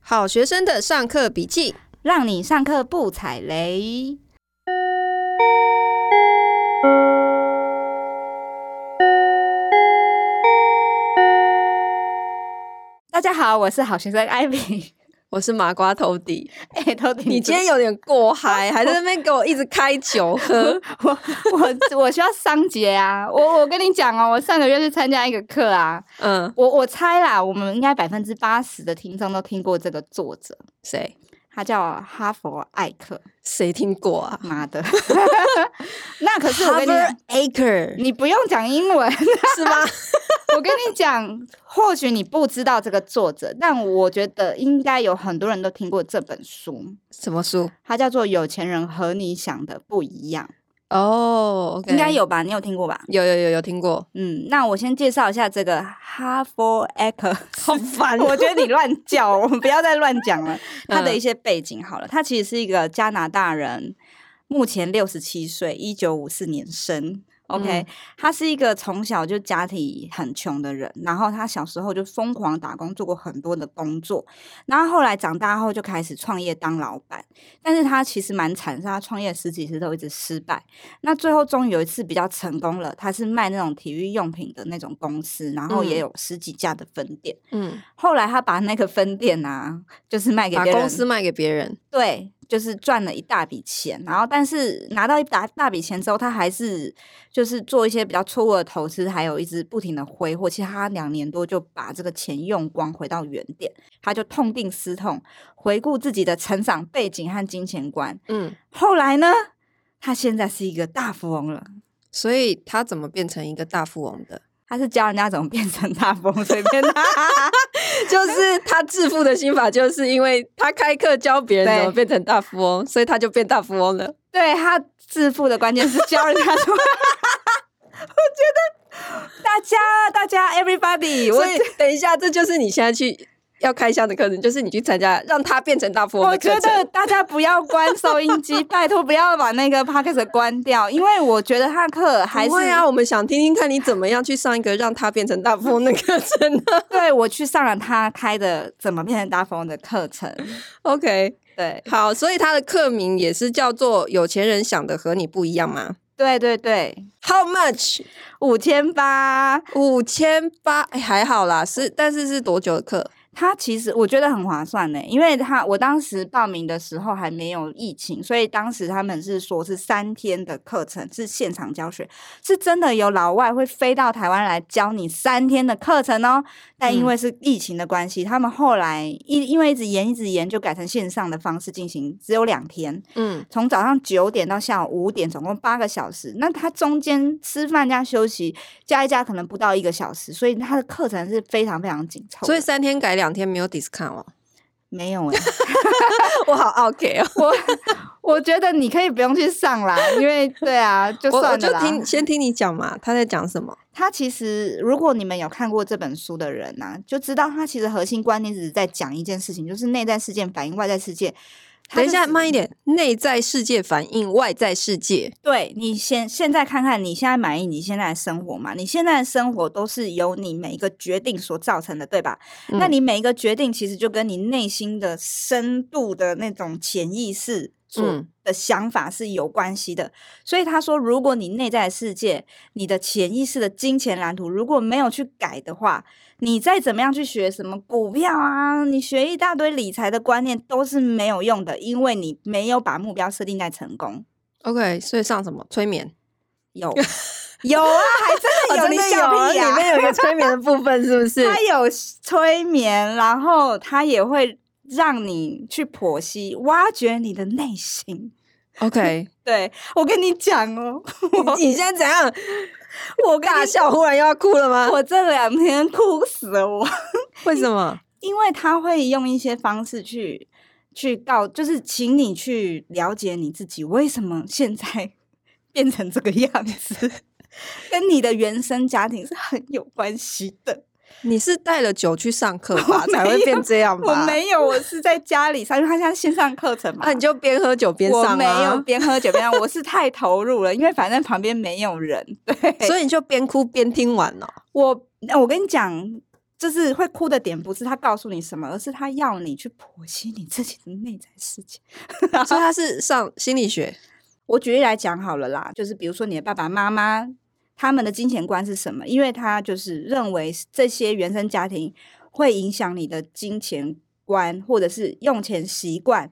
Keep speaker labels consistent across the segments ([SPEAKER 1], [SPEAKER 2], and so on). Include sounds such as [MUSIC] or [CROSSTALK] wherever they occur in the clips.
[SPEAKER 1] 好学生的上课笔记，
[SPEAKER 2] 让你上课不踩雷。大家好，我是好学生艾比。
[SPEAKER 1] 我是麻瓜头 [LAUGHS] 底。
[SPEAKER 2] [LAUGHS] 哎、头顶
[SPEAKER 1] 你
[SPEAKER 2] 住
[SPEAKER 1] 今天有点过嗨，还在那边给我一直开酒 [LAUGHS] 喝。
[SPEAKER 2] 我 [LAUGHS] 我我需要桑杰啊！我我跟你讲哦，我上个月去参加一个课啊，
[SPEAKER 1] 嗯，
[SPEAKER 2] 我我猜啦，我们应该百分之八十的听众都听过这个作者，
[SPEAKER 1] 谁
[SPEAKER 2] 他叫哈佛艾克。
[SPEAKER 1] 谁听过啊 [LAUGHS]
[SPEAKER 2] 妈的，那可是我跟
[SPEAKER 1] ？Cover
[SPEAKER 2] 你讲，
[SPEAKER 1] Acre [LAUGHS]
[SPEAKER 2] 你不用讲英文，
[SPEAKER 1] 是吗？
[SPEAKER 2] 我跟你讲，或许你不知道这个作者，但我觉得应该有很多人都听过这本书。
[SPEAKER 1] 什么书？
[SPEAKER 2] 它叫做《有钱人和你想的不一样
[SPEAKER 1] 哦、o》，k
[SPEAKER 2] 应该有吧？你有听过吧？
[SPEAKER 1] 有有有有听过，
[SPEAKER 2] 嗯，那我先介绍一下这个哈佛 Ecker，
[SPEAKER 1] 好烦哦
[SPEAKER 2] [LAUGHS] 我觉得你乱叫，我们不要再乱讲
[SPEAKER 1] [LAUGHS]
[SPEAKER 2] 了。他的
[SPEAKER 1] 嗯
[SPEAKER 2] 一些背景好了，他其实是一个加拿大人，目前六十七岁，一九五四年生。OK，、
[SPEAKER 1] 嗯
[SPEAKER 2] 他是一个从小就家庭很穷的人，然后他小时候就疯狂打工，做过很多的工作，然后后来长大后就开始创业当老板，但是他其实蛮惨，是他创业十几次都一直失败，那最后终于有一次比较成功了，他是卖那种体育用品的那种公司，然后也
[SPEAKER 1] 嗯
[SPEAKER 2] 有十几家的分店。
[SPEAKER 1] 嗯，
[SPEAKER 2] 后来他把那个分店啊，就是卖给
[SPEAKER 1] 把
[SPEAKER 2] 别人，
[SPEAKER 1] 公司卖给别人，
[SPEAKER 2] 对，就是赚了一大笔钱。然后，但是拿到一大大笔钱之后，他还是就是做一些比较错误的投资，还有一直不停的挥霍。其实他两年多就把这个钱用光，回到原点，他就痛定思痛，回顾自己的成长背景和金钱观。
[SPEAKER 1] 嗯，
[SPEAKER 2] 后来呢，他现在是一个大富翁了。
[SPEAKER 1] 所以他怎么变成一个大富翁的？
[SPEAKER 2] 他是教人家怎么变成大富翁，随便他。 [LAUGHS]
[SPEAKER 1] 就是他致富的心法，就是因为他开课教别人
[SPEAKER 2] 对
[SPEAKER 1] 怎么变成大富翁，所以他就变大富翁了。
[SPEAKER 2] 对他致富的关键是教人家 [LAUGHS] 说。我觉得大家，大家，everybody，我
[SPEAKER 1] 所以等一下，这就是你现在去要开箱的课程，就是你去参加让他变成大富翁
[SPEAKER 2] 我
[SPEAKER 1] 的课
[SPEAKER 2] 觉
[SPEAKER 1] 程。
[SPEAKER 2] 得大家不要关收音机，
[SPEAKER 1] [LAUGHS]
[SPEAKER 2] 拜托不要把那个 podcast 关掉，因为我觉得他的课还
[SPEAKER 1] 还
[SPEAKER 2] 是
[SPEAKER 1] 会啊，我们想听听看你怎么样去上一个让他变成大富翁的课程呢 [LAUGHS]
[SPEAKER 2] 对我去上了他开的怎么变成大富翁的课程，
[SPEAKER 1] ？OK，
[SPEAKER 2] 对
[SPEAKER 1] 好，所以他的课名也是叫做“有钱人想的和你不一样”吗
[SPEAKER 2] 对对对，
[SPEAKER 1] ？How much？
[SPEAKER 2] 五千八，
[SPEAKER 1] 五千八，哎还好啦，是但是是多久的课？
[SPEAKER 2] 它其实我觉得很划算呢，欸因为它我当时报名的时候还没有疫情，所以当时他们是说是三天的课程是现场教学，是真的有老外会飞到台湾来教你三天的课程哦。但
[SPEAKER 1] 嗯
[SPEAKER 2] 因为是疫情的关系，他们后来一因为一直延一直延，就改成线上的方式进行，只有两天，
[SPEAKER 1] 嗯
[SPEAKER 2] 从早上九点到下午五点，总共八个小时。那它中间吃饭加休息加一加，可能不到一个小时，所以它的课程是非常非常紧凑的。
[SPEAKER 1] 所以三天改两天没有 discount 哦，
[SPEAKER 2] 没有哎、
[SPEAKER 1] [LAUGHS] 我好 OK 哦，
[SPEAKER 2] 我我觉得你可以不用去上啦，因为对啊，就
[SPEAKER 1] 我我
[SPEAKER 2] 算
[SPEAKER 1] 就
[SPEAKER 2] 了啦。
[SPEAKER 1] 听先听你讲嘛，他在讲什么？
[SPEAKER 2] 他其实，如果你们有看过这本书的人呐、就知道他其实核心观念只是在讲一件事情，就是内在事件反映外在世界。它
[SPEAKER 1] 等一下，
[SPEAKER 2] 就是
[SPEAKER 1] 慢一点，内在世界反映外在世界，
[SPEAKER 2] 对你现现在看看，你现在满意你现在的生活吗？你现在的生活都是由你每一个决定所造成的，对吧？那
[SPEAKER 1] 嗯
[SPEAKER 2] 你每一个决定其实就跟你内心的深度的那种潜意识所
[SPEAKER 1] 嗯
[SPEAKER 2] 的想法是有关系的。所以他说，如果你内在的世界、你的潜意识的金钱蓝图如果没有去改的话，你再怎么样去学什么股票啊，你学一大堆理财的观念都是没有用的，因为你没有把目标设定在成功。
[SPEAKER 1] OK，所以上什么催眠？
[SPEAKER 2] 有
[SPEAKER 1] [LAUGHS]
[SPEAKER 2] 有啊，还真的有，
[SPEAKER 1] 哦真
[SPEAKER 2] 你
[SPEAKER 1] 的
[SPEAKER 2] 笑屁
[SPEAKER 1] 里
[SPEAKER 2] 啊！
[SPEAKER 1] 面有一个催眠的部分，是不 [LAUGHS] 是？
[SPEAKER 2] 它有催眠，然后它也会让你去剖析、挖掘你的内心。
[SPEAKER 1] [LAUGHS] OK，
[SPEAKER 2] 对我跟你讲 [LAUGHS] 哦，
[SPEAKER 1] 你现在怎样？
[SPEAKER 2] 我跟
[SPEAKER 1] 大
[SPEAKER 2] 你
[SPEAKER 1] 笑，忽然要哭了吗？
[SPEAKER 2] 我这两天哭死了我，
[SPEAKER 1] [LAUGHS] 为什么？
[SPEAKER 2] 因为他会用一些方式去去告，就是请你去了解你自己为什么现在变成这个样 [LAUGHS] 子，跟你的原生家庭是很有关系的。
[SPEAKER 1] 你是带了酒去上课吧， [LAUGHS]
[SPEAKER 2] 我没
[SPEAKER 1] 才
[SPEAKER 2] 有
[SPEAKER 1] 会变这样
[SPEAKER 2] [LAUGHS] 我
[SPEAKER 1] 吧？
[SPEAKER 2] 没有，我是在家里上，因为他现在线上课程嘛。
[SPEAKER 1] 啊，你就边喝酒边上
[SPEAKER 2] 我没
[SPEAKER 1] [LAUGHS]
[SPEAKER 2] 有
[SPEAKER 1] 啊，
[SPEAKER 2] 边喝酒边上，我是太投入了，因为反正旁边没有人。对，
[SPEAKER 1] [LAUGHS] 所以你就边哭边听完了。哦
[SPEAKER 2] 我那我跟你讲，就是会哭的点，不是他告诉你什么，而是他要你去剖析你自己的内在世界。
[SPEAKER 1] 所以他是上心理学，
[SPEAKER 2] 我举例来讲好了啦，就是比如说你的爸爸妈妈他们的金钱观是什么？因为他就是认为这些原生家庭会影响你的金钱观，或者是用钱习惯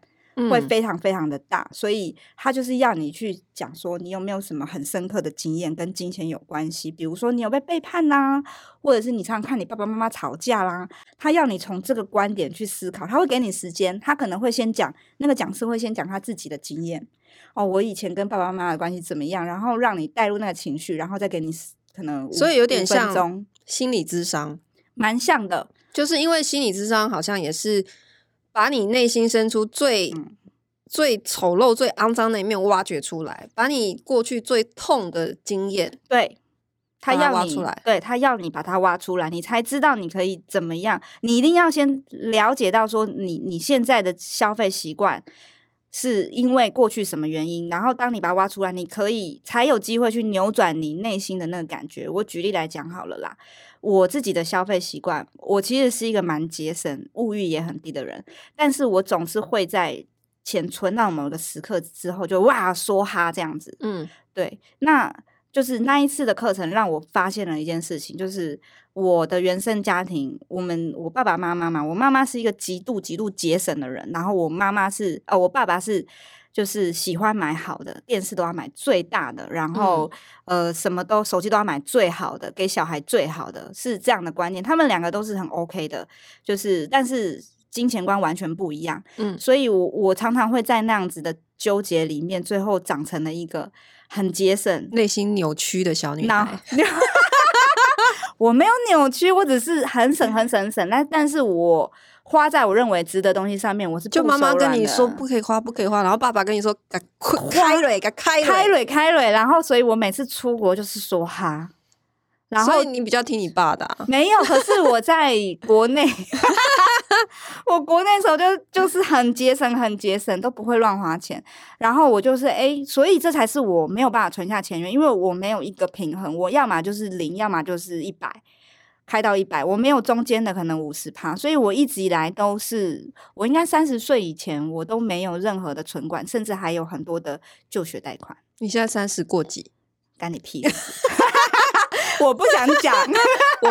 [SPEAKER 2] 会
[SPEAKER 1] 嗯
[SPEAKER 2] 非常非常的大，所以他就是要你去讲说你有没有什么很深刻的经验跟金钱有关系，比如说你有被背叛啦，或者是你常常看你爸爸妈妈吵架啦，他要你从这个观点去思考，他会给你时间，他可能会先讲那个讲师会先讲他自己的经验，哦，我以前跟爸爸妈妈的关系怎么样，然后让你带入那个情绪，然后再给你时可能五
[SPEAKER 1] 所以有点
[SPEAKER 2] 五分
[SPEAKER 1] 像
[SPEAKER 2] 钟
[SPEAKER 1] 心理智商，
[SPEAKER 2] 蛮像的，
[SPEAKER 1] 就是因为心理智商好像也是把你内心深处最、
[SPEAKER 2] 嗯
[SPEAKER 1] 最丑陋、最肮脏的一面挖掘出来，把你过去最痛的经验，
[SPEAKER 2] 对，他
[SPEAKER 1] 把它
[SPEAKER 2] 要
[SPEAKER 1] 挖
[SPEAKER 2] 你
[SPEAKER 1] 出来
[SPEAKER 2] 对他要你把它挖出来，你才知道你可以怎么样。你一定要先了解到说你你现在的消费习惯是因为过去什么原因，然后当你把它挖出来，你可以才有机会去扭转你内心的那个感觉。我举例来讲好了啦，我自己的消费习惯，我其实是一个蛮节省、物欲也很低的人，但是我总是会在。钱存到某个时刻之后就哇梭哈这样子，
[SPEAKER 1] 嗯，
[SPEAKER 2] 对，那就是那一次的课程让我发现了一件事情，就是我的原生家庭，我们我爸爸妈妈嘛，我妈妈是一个极度极度节省的人，然后我妈妈是呃，我爸爸是就是喜欢买好的，电视都要买最大的，然后、呃什么都手机都要买最好的，给小孩最好的，是这样的观念。他们两个都是很 OK 的，就是但是金钱观完全不一样。
[SPEAKER 1] 嗯
[SPEAKER 2] 所以我我常常会在那样子的纠结里面，最后长成了一个很节省。
[SPEAKER 1] 内心扭曲的小女
[SPEAKER 2] 那
[SPEAKER 1] 孩，
[SPEAKER 2] [LAUGHS] 我没有扭曲，我只是很省、很省、很省。但但是我花在我认为值得东西上面，我是
[SPEAKER 1] 就
[SPEAKER 2] 不
[SPEAKER 1] 妈妈
[SPEAKER 2] 手
[SPEAKER 1] 跟
[SPEAKER 2] 软
[SPEAKER 1] 你
[SPEAKER 2] 的
[SPEAKER 1] 说不可以花，不可以花，然后爸爸跟你说，赶快开蕊，赶开蕊
[SPEAKER 2] 开蕊开蕊，然后所以我每次出国就是说哈，然后
[SPEAKER 1] 所以你比较听你爸的、啊，
[SPEAKER 2] [LAUGHS] 没有，可是我在国内， [LAUGHS] 我国内时候就就是很节省，很节省，都不会乱花钱。然后我就是哎、诶所以这才是我没有办法存下钱的原因，因为我没有一个平衡，我要么就是零，要么就是一百。开到一百，我没有中间的可能五十趴，所以我一直以来都是，我应该三十岁以前我都没有任何的存款，甚至还有很多的就学贷款，
[SPEAKER 1] 你现在三十过几？
[SPEAKER 2] [LAUGHS] 干你屁事！我不想讲，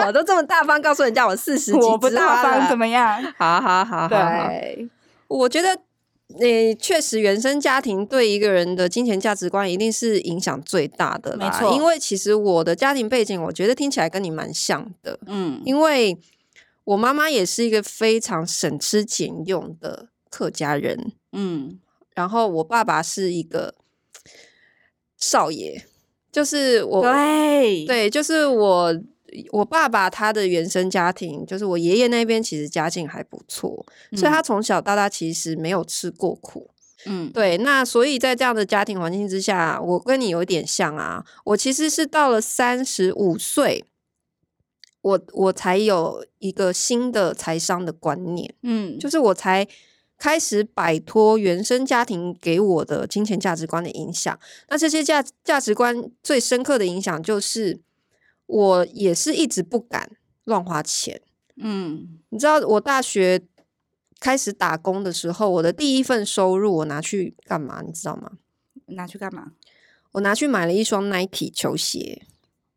[SPEAKER 1] 我都这么大方告诉人家我四十几，啊
[SPEAKER 2] 我不大方怎
[SPEAKER 1] 么？
[SPEAKER 2] 么样？
[SPEAKER 1] 好好好好好，
[SPEAKER 2] 对，
[SPEAKER 1] 我觉得。诶，确实，原生家庭对一个人的金钱价值观一定是影响最大的啦。
[SPEAKER 2] 没错
[SPEAKER 1] 因为其实我的家庭背景，我觉得听起来跟你蛮像的。
[SPEAKER 2] 嗯，
[SPEAKER 1] 因为我妈妈也是一个非常省吃俭用的客家人，
[SPEAKER 2] 嗯，
[SPEAKER 1] 然后我爸爸是一个少爷，就是我
[SPEAKER 2] 对，
[SPEAKER 1] 对，就是我我爸爸他的原生家庭，就是我爷爷那边其实家境还不错，所以他从小到大其实没有吃过苦。
[SPEAKER 2] 嗯，
[SPEAKER 1] 对，那所以在这样的家庭环境之下，我跟你有点像啊。我其实是到了三十五岁，我我才有一个新的财商的观念，
[SPEAKER 2] 嗯，
[SPEAKER 1] 就是我才开始摆脱原生家庭给我的金钱价值观的影响。那这些价价值观最深刻的影响就是，我也是一直不敢乱花钱。
[SPEAKER 2] 嗯，
[SPEAKER 1] 你知道我大学开始打工的时候，我的第一份收入我拿去干嘛？你知道吗？
[SPEAKER 2] 拿去干嘛？
[SPEAKER 1] 我拿去买了一双 Nike 球鞋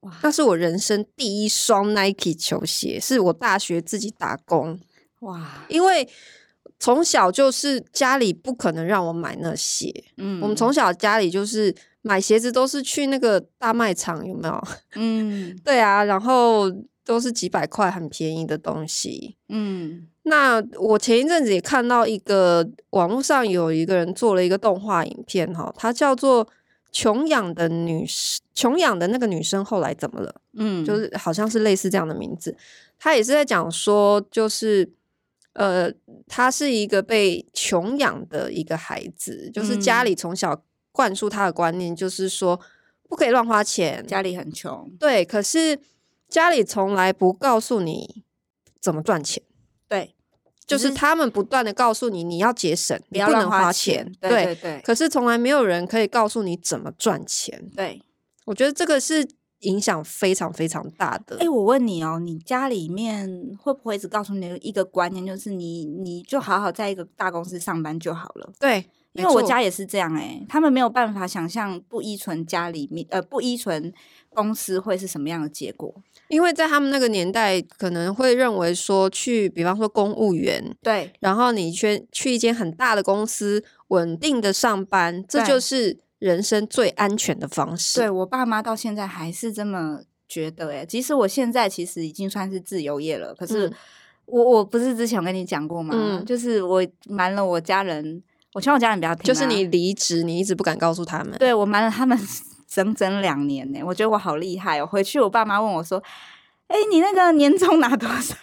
[SPEAKER 2] 哇，
[SPEAKER 1] 那是我人生第一双 Nike 球鞋，是我大学自己打工，
[SPEAKER 2] 哇，
[SPEAKER 1] 因为从小就是家里不可能让我买那鞋，
[SPEAKER 2] 嗯，
[SPEAKER 1] 我们从小家里就是买鞋子都是去那个大卖场，有没有？ [LAUGHS]
[SPEAKER 2] 嗯
[SPEAKER 1] 对啊，然后都是几百块很便宜的东西，
[SPEAKER 2] 嗯
[SPEAKER 1] 那我前一阵子也看到一个网络上有一个人做了一个动画影片哈，它叫做《穷养的女生》，穷养的那个女生后来怎么了？
[SPEAKER 2] 嗯，
[SPEAKER 1] 就是好像是类似这样的名字。她也是在讲说，就是呃，她是一个被穷养的一个孩子，就是家
[SPEAKER 2] 嗯
[SPEAKER 1] 里从小灌输她的观念，就是说不可以乱花钱，
[SPEAKER 2] 家里很穷，
[SPEAKER 1] 对，可是家里从来不告诉你怎么赚钱。
[SPEAKER 2] 对，
[SPEAKER 1] 就
[SPEAKER 2] 只
[SPEAKER 1] 是
[SPEAKER 2] 是
[SPEAKER 1] 他们不断的告诉你你要节省，
[SPEAKER 2] 不
[SPEAKER 1] 你
[SPEAKER 2] 要
[SPEAKER 1] 不
[SPEAKER 2] 乱
[SPEAKER 1] 能花
[SPEAKER 2] 钱
[SPEAKER 1] 钱，，
[SPEAKER 2] 对对对
[SPEAKER 1] 可是从来没有人可以告诉你怎么赚钱。
[SPEAKER 2] 对，
[SPEAKER 1] 我觉得这个是影响非常非常大的。
[SPEAKER 2] 哎、我问你哦，你家里面会不会只告诉你一个观念，就是你你就好好在一个大公司上班就好了？
[SPEAKER 1] 对，没
[SPEAKER 2] 因为我
[SPEAKER 1] 错
[SPEAKER 2] 家也是这样哎、他们没有办法想象不依存家里面呃不依存公司会是什么样的结果。
[SPEAKER 1] 因为在他们那个年代，可能会认为说去，比方说公务员，
[SPEAKER 2] 对，
[SPEAKER 1] 然后你去去一间很大的公司稳定的上班，这就
[SPEAKER 2] 对
[SPEAKER 1] 是人生最安全的方式。
[SPEAKER 2] 对我爸妈到现在还是这么觉得哎、即使我现在其实已经算是自由业了，可是
[SPEAKER 1] 嗯
[SPEAKER 2] 我、我不是之前有跟你讲过吗？
[SPEAKER 1] 嗯
[SPEAKER 2] 就是我瞒了我家人，我希望我家人不要听、啊，
[SPEAKER 1] 就是你离职，你一直不敢告诉他们。
[SPEAKER 2] 对我瞒了他们 [LAUGHS] 整整两年呢、我觉得我好厉害哦。回去我爸妈问我说：“哎、你那个年终拿多少？” [LAUGHS]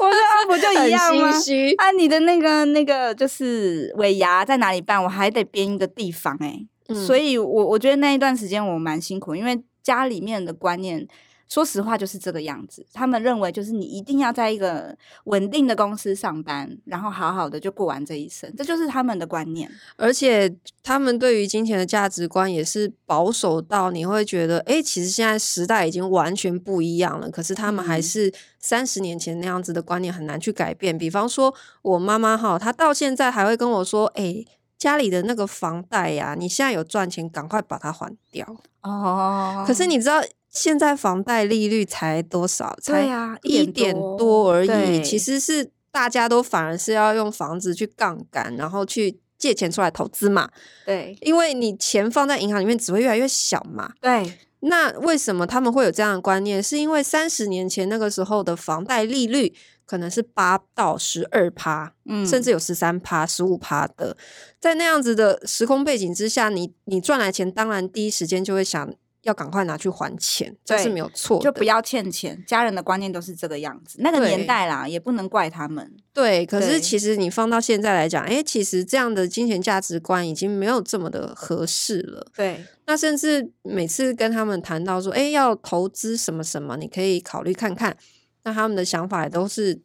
[SPEAKER 2] 我说：“啊，不就一样
[SPEAKER 1] [LAUGHS]
[SPEAKER 2] 吗
[SPEAKER 1] 很心虚？”。
[SPEAKER 2] 啊，你的那个那个就是尾牙在哪里办？我还得编一个地方哎、
[SPEAKER 1] 嗯
[SPEAKER 2] 所以我我觉得那一段时间我蛮辛苦，因为家里面的观念。说实话就是这个样子，他们认为就是你一定要在一个稳定的公司上班，然后好好的就过完这一生，这就是他们的观念。
[SPEAKER 1] 而且他们对于金钱的价值观也是保守到你会觉得，哎、其实现在时代已经完全不一样了。可是他们还
[SPEAKER 2] 嗯
[SPEAKER 1] 是三十年前那样子的观念很难去改变。比方说，我妈妈哈，她到现在还会跟我说，哎、家里的那个房贷呀、你现在有赚钱，赶快把它还掉。
[SPEAKER 2] 哦
[SPEAKER 1] 可是你知道现在房贷利率才多少？才
[SPEAKER 2] 对啊
[SPEAKER 1] 一
[SPEAKER 2] 一
[SPEAKER 1] 点
[SPEAKER 2] 点
[SPEAKER 1] 多
[SPEAKER 2] 多
[SPEAKER 1] 而已。
[SPEAKER 2] 对
[SPEAKER 1] 其实是大家都反而是要用房子去杠杆，然后去借钱出来投资嘛。
[SPEAKER 2] 对
[SPEAKER 1] 因为你钱放在银行里面只会越来越小嘛。
[SPEAKER 2] 对，
[SPEAKER 1] 那为什么他们会有这样的观念？是因为三十年前那个时候的房贷利率可能是八到十二趴，
[SPEAKER 2] 嗯
[SPEAKER 1] 甚至有十三趴、十五趴的。在那样子的时空背景之下，你你赚来钱，当然第一时间就会想要赶快拿去还钱，这是
[SPEAKER 2] 对
[SPEAKER 1] 没有错的。
[SPEAKER 2] 就不要欠钱。家人的观念都是这个样子，那个
[SPEAKER 1] 对
[SPEAKER 2] 年代啦，也不能怪他们。
[SPEAKER 1] 对，可是
[SPEAKER 2] 对
[SPEAKER 1] 其实你放到现在来讲，诶，其实这样的金钱价值观已经没有这么的合适了。
[SPEAKER 2] 对，
[SPEAKER 1] 那甚至每次跟他们谈到说，哎，要投资什么什么，你可以考虑看看。那他们的想法也都是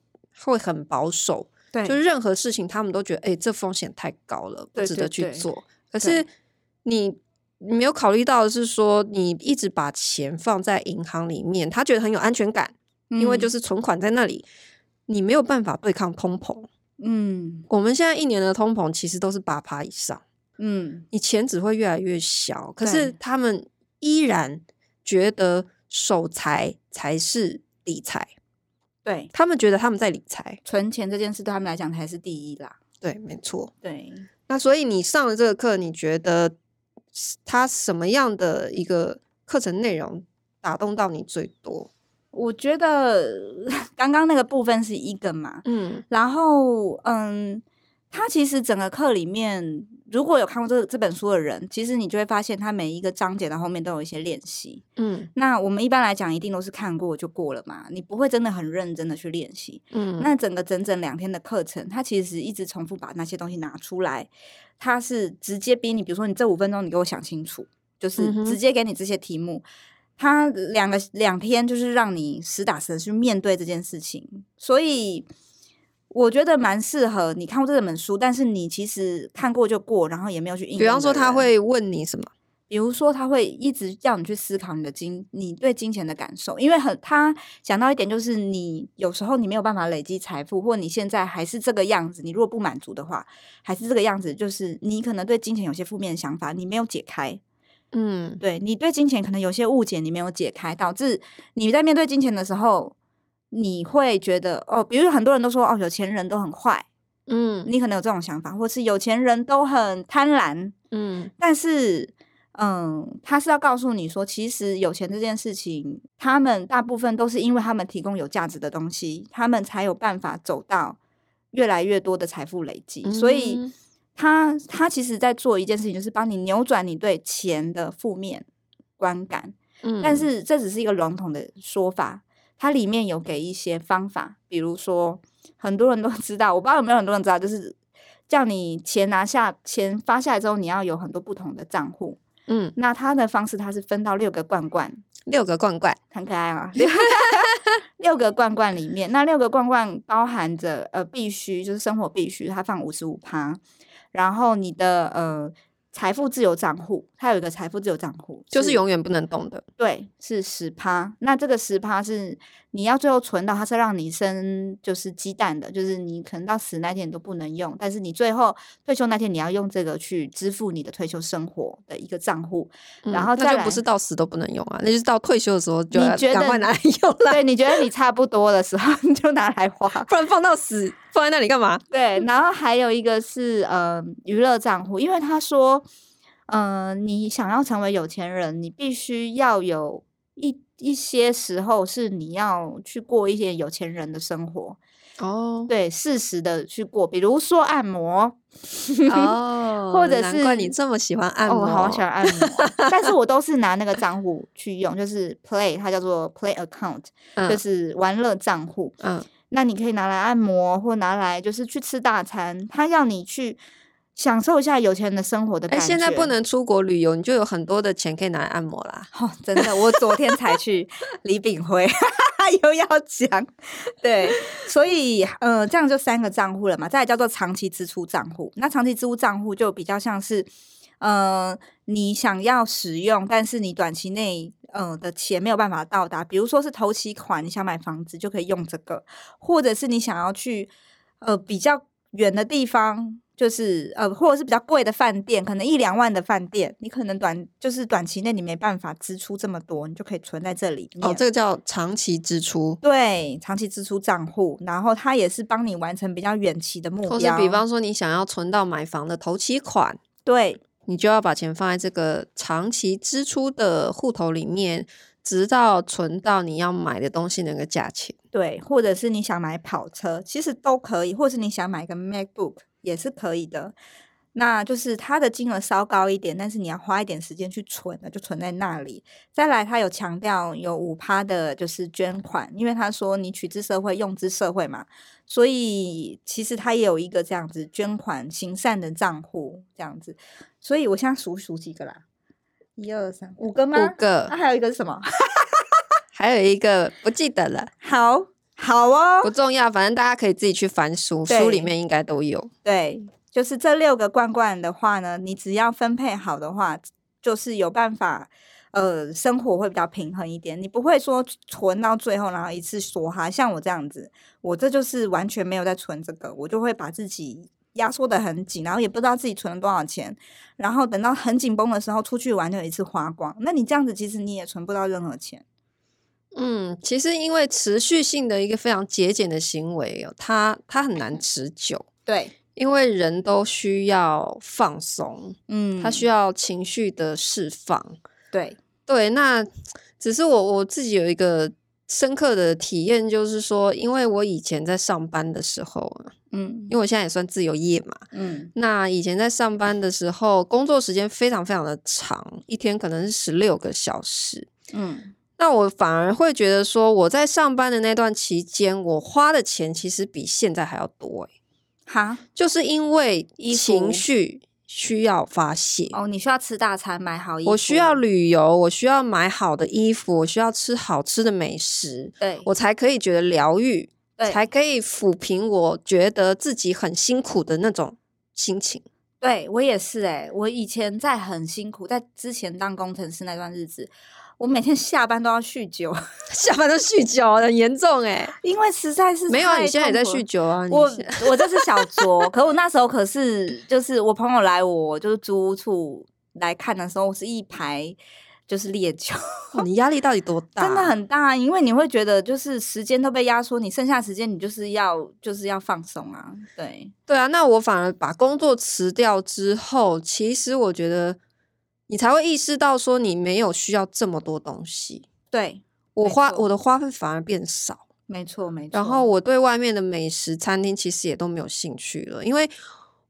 [SPEAKER 1] 会很保守，
[SPEAKER 2] 对
[SPEAKER 1] 就任何事情他们都觉得，哎，这风险太高了，不
[SPEAKER 2] 对
[SPEAKER 1] 值
[SPEAKER 2] 对
[SPEAKER 1] 得去
[SPEAKER 2] 对
[SPEAKER 1] 做。可
[SPEAKER 2] 对
[SPEAKER 1] 是你你没有考虑到的是说，你一直把钱放在银行里面，他觉得很有安全感，因
[SPEAKER 2] 嗯
[SPEAKER 1] 为就是存款在那里，你没有办法对抗通膨。
[SPEAKER 2] 嗯
[SPEAKER 1] 我们现在一年的通膨其实都是八趴以上。
[SPEAKER 2] 嗯
[SPEAKER 1] 你钱只会越来越小，可是
[SPEAKER 2] 对
[SPEAKER 1] 他们依然觉得守财才是理财，
[SPEAKER 2] 对，
[SPEAKER 1] 他们觉得他们在理财，
[SPEAKER 2] 存钱这件事对他们来讲才是第一啦。
[SPEAKER 1] 对，没错。
[SPEAKER 2] 对，
[SPEAKER 1] 那所以你上了这个课，你觉得是它什么样的一个课程内容打动到你最多？
[SPEAKER 2] 我觉得刚刚那个部分是一个嘛，
[SPEAKER 1] 嗯
[SPEAKER 2] 然后嗯。它其实整个课里面，如果有看过这这本书的人，其实你就会发现，它每一个章节的后面都有一些练习。
[SPEAKER 1] 嗯
[SPEAKER 2] 那我们一般来讲，一定都是看过就过了嘛，你不会真的很认真的去练习。
[SPEAKER 1] 嗯
[SPEAKER 2] 那整个整整两天的课程，它其实一直重复把那些东西拿出来，它是直接逼你，比如说你这五分钟你给我想清楚，就是
[SPEAKER 1] 嗯哼
[SPEAKER 2] 直接给你这些题目。它两个两天就是让你实打实地去面对这件事情，所以我觉得蛮适合你看过这本书，但是你其实看过就过，然后也没有去应用。
[SPEAKER 1] 比方说他，会问你什么？
[SPEAKER 2] 比如说他会一直叫你去思考你的金，你对金钱的感受，因为很他讲到一点就是你有时候你没有办法累积财富，或你现在还是这个样子，你如果不满足的话，还是这个样子，就是你可能对金钱有些负面的想法，你没有解开，
[SPEAKER 1] 嗯
[SPEAKER 2] 对你对金钱可能有些误解，你没有解开，导致你在面对金钱的时候，你会觉得哦，比如很多人都说哦，有钱人都很坏，
[SPEAKER 1] 嗯
[SPEAKER 2] 你可能有这种想法，或是有钱人都很贪婪，
[SPEAKER 1] 嗯
[SPEAKER 2] 但是，嗯，他是要告诉你说，其实有钱这件事情，他们大部分都是因为他们提供有价值的东西，他们才有办法走到越来越多的财富累积。所以
[SPEAKER 1] 嗯
[SPEAKER 2] 他他其实在做一件事情，就是帮你扭转你对钱的负面观感。
[SPEAKER 1] 嗯
[SPEAKER 2] 但是这只是一个笼统的说法，它里面有给一些方法，比如说很多人都 [LAUGHS] 知道，我不知道有没有很多人知道，就是叫你钱拿下，钱发下来之后，你要有很多不同的账户。
[SPEAKER 1] 嗯
[SPEAKER 2] 那它的方式，它是分到六个罐罐，
[SPEAKER 1] 六个罐罐，
[SPEAKER 2] 很可爱
[SPEAKER 1] [LAUGHS]
[SPEAKER 2] 啊。六六个罐罐里面，那六个罐罐包含着呃必须，就是生活必须，它放五十五趴，然后你的呃财富自由账户，它有一个财富自由账户，
[SPEAKER 1] 就是永远不能动的。
[SPEAKER 2] 对，是十趴。那这个十趴是你要最后存到，它是让你生就是鸡蛋的，就是你可能到死那天你都不能用，但是你最后退休那天你要用这个去支付你的退休生活的一个账户。然
[SPEAKER 1] 嗯
[SPEAKER 2] 后
[SPEAKER 1] 那
[SPEAKER 2] 再
[SPEAKER 1] 就
[SPEAKER 2] 来
[SPEAKER 1] 不是到死都不能用啊，那就是到退休的时候就
[SPEAKER 2] 你
[SPEAKER 1] 要
[SPEAKER 2] 觉
[SPEAKER 1] 赶
[SPEAKER 2] 得
[SPEAKER 1] 快拿来用啦，
[SPEAKER 2] 对，你觉得你差不多的时候， [LAUGHS] 你就拿来花。
[SPEAKER 1] [LAUGHS] 不然放到死放在那里干嘛？
[SPEAKER 2] 对，然后还有一个是呃娱乐账户，因为他说，呃，你想要成为有钱人，你必须要有一一些时候是你要去过一些有钱人的生活，
[SPEAKER 1] [LAUGHS] 哦
[SPEAKER 2] 对，适时的去过，比如说按摩，
[SPEAKER 1] 哦，
[SPEAKER 2] 或者
[SPEAKER 1] 难怪
[SPEAKER 2] 是
[SPEAKER 1] 你这么喜欢按
[SPEAKER 2] 哦，
[SPEAKER 1] 摩，
[SPEAKER 2] 我好喜欢按摩，但是我都是拿那个账户去用，就是 Play，它叫做 Play Account，、就
[SPEAKER 1] 嗯
[SPEAKER 2] 是玩乐账户，
[SPEAKER 1] 嗯
[SPEAKER 2] 那你可以拿来按摩，或拿来就是去吃大餐，他要你去享受一下有钱人的生活的
[SPEAKER 1] 哎，
[SPEAKER 2] 感觉。
[SPEAKER 1] 现在不能出国旅游，你就有很多的钱可以拿来按摩啦。
[SPEAKER 2] 哦，真的，我昨天才去李炳辉，又要讲，对，所以呃，这样就三个账户了嘛，再来叫做长期支出账户。那长期支出账户就比较像是，呃，你想要使用，但是你短期内呃的钱没有办法到达，比如说是头期款，你想买房子就可以用这个，或者是你想要去呃比较远的地方，就是呃或者是比较贵的饭店，可能一两万的饭店，你可能短就是短期内你没办法支出这么多，你就可以存在这里
[SPEAKER 1] [LAUGHS]
[SPEAKER 2] 面。
[SPEAKER 1] 哦，这个叫长期支出，
[SPEAKER 2] 对，长期支出账户，然后它也是帮你完成比较远期的目标，
[SPEAKER 1] 或是比方说你想要存到买房的头期款，
[SPEAKER 2] 对
[SPEAKER 1] 你就要把钱放在这个长期支出的户头里面，直到存到你要买的东西那个价钱。
[SPEAKER 2] 对，或者是你想买跑车，其实都可以，或是你想买个 MacBook 也是可以的。那就是它的金额稍高一点，但是你要花一点时间去存的，就存在那里。再来，它有强调有五趴的，就是捐款，因为他说你取之社会，用之社会嘛，所以其实它也有一个这样子捐款行善的账户，这样子。所以我现在数数几个啦，一二三，五个吗？啊
[SPEAKER 1] 五个，
[SPEAKER 2] 那还有一个是什么？ [LAUGHS]
[SPEAKER 1] 还有一个不记得了，
[SPEAKER 2] 好好哦，
[SPEAKER 1] 不重要，反正大家可以自己去翻书，书里
[SPEAKER 2] 对
[SPEAKER 1] 面应该都有。
[SPEAKER 2] 对，就是这六个罐罐的话呢，你只要分配好的话，就是有办法，呃，生活会比较平衡一点。你不会说存到最后，然后一次梭哈。像我这样子，我这就是完全没有在存这个，我就会把自己压缩的很紧，然后也不知道自己存了多少钱，然后等到很紧绷的时候出去玩就一次花光。那你这样子，其实你也存不到任何钱。
[SPEAKER 1] 嗯，其实因为持续性的一个非常节俭的行为哦，它它很难持久，
[SPEAKER 2] 对，
[SPEAKER 1] 因为人都需要放松，
[SPEAKER 2] 嗯，
[SPEAKER 1] 他需
[SPEAKER 2] 要
[SPEAKER 1] 要情绪的释放。
[SPEAKER 2] 对，
[SPEAKER 1] 对，那只是我我自己有一个深刻的体验，就是说，因为我以前在上班的时候啊，
[SPEAKER 2] 嗯
[SPEAKER 1] 因为我现在也算自由业嘛，
[SPEAKER 2] 嗯
[SPEAKER 1] 那以前在上班的时候，工作时间非常非常的长，一天可能是十六个小时。
[SPEAKER 2] 嗯，
[SPEAKER 1] 那我反而会觉得说，我在上班的那段期间，我花的钱其实比现在还要多、欸，
[SPEAKER 2] 哈，
[SPEAKER 1] 就是因为
[SPEAKER 2] 衣服
[SPEAKER 1] 情绪需要发泄。
[SPEAKER 2] 哦，你需要吃大餐，买好衣服，
[SPEAKER 1] 我需要旅游，我需要买好的衣服，我需要吃好吃的美食，
[SPEAKER 2] 对，
[SPEAKER 1] 我才可以觉得疗愈，
[SPEAKER 2] 对
[SPEAKER 1] 才可以抚平我觉得自己很辛苦的那种心情。
[SPEAKER 2] 对我也是哎、我以前在很辛苦，在之前当工程师那段日子，我每天下班都要酗酒， [LAUGHS]
[SPEAKER 1] 下班都酗酒，很严重哎、
[SPEAKER 2] 因为实在是
[SPEAKER 1] [LAUGHS] 没有啊，
[SPEAKER 2] 太
[SPEAKER 1] 你现在也在
[SPEAKER 2] 痛苦
[SPEAKER 1] 酗
[SPEAKER 2] 了。
[SPEAKER 1] 酒啊？你
[SPEAKER 2] 我
[SPEAKER 1] 现
[SPEAKER 2] 我这是小酌，可我那时候可是就是我朋友来我就是租屋处来看的时候，我是一排就是烈
[SPEAKER 1] [LAUGHS]
[SPEAKER 2] 酒，
[SPEAKER 1] 哇哦你压力到底多大？
[SPEAKER 2] 真的很大，啊因为你会觉得就是时间都被压缩，你剩下时间你就是要就是要放松啊，对，
[SPEAKER 1] 对啊。那我反而把工作辞掉之后，其实我觉得你才会意识到说你没有需要这么多东西。
[SPEAKER 2] 对，
[SPEAKER 1] 我
[SPEAKER 2] 没
[SPEAKER 1] 花
[SPEAKER 2] 错
[SPEAKER 1] 我的花费反而变少。
[SPEAKER 2] 没错没错。
[SPEAKER 1] 然后我对外面的美食餐厅其实也都没有兴趣了，因为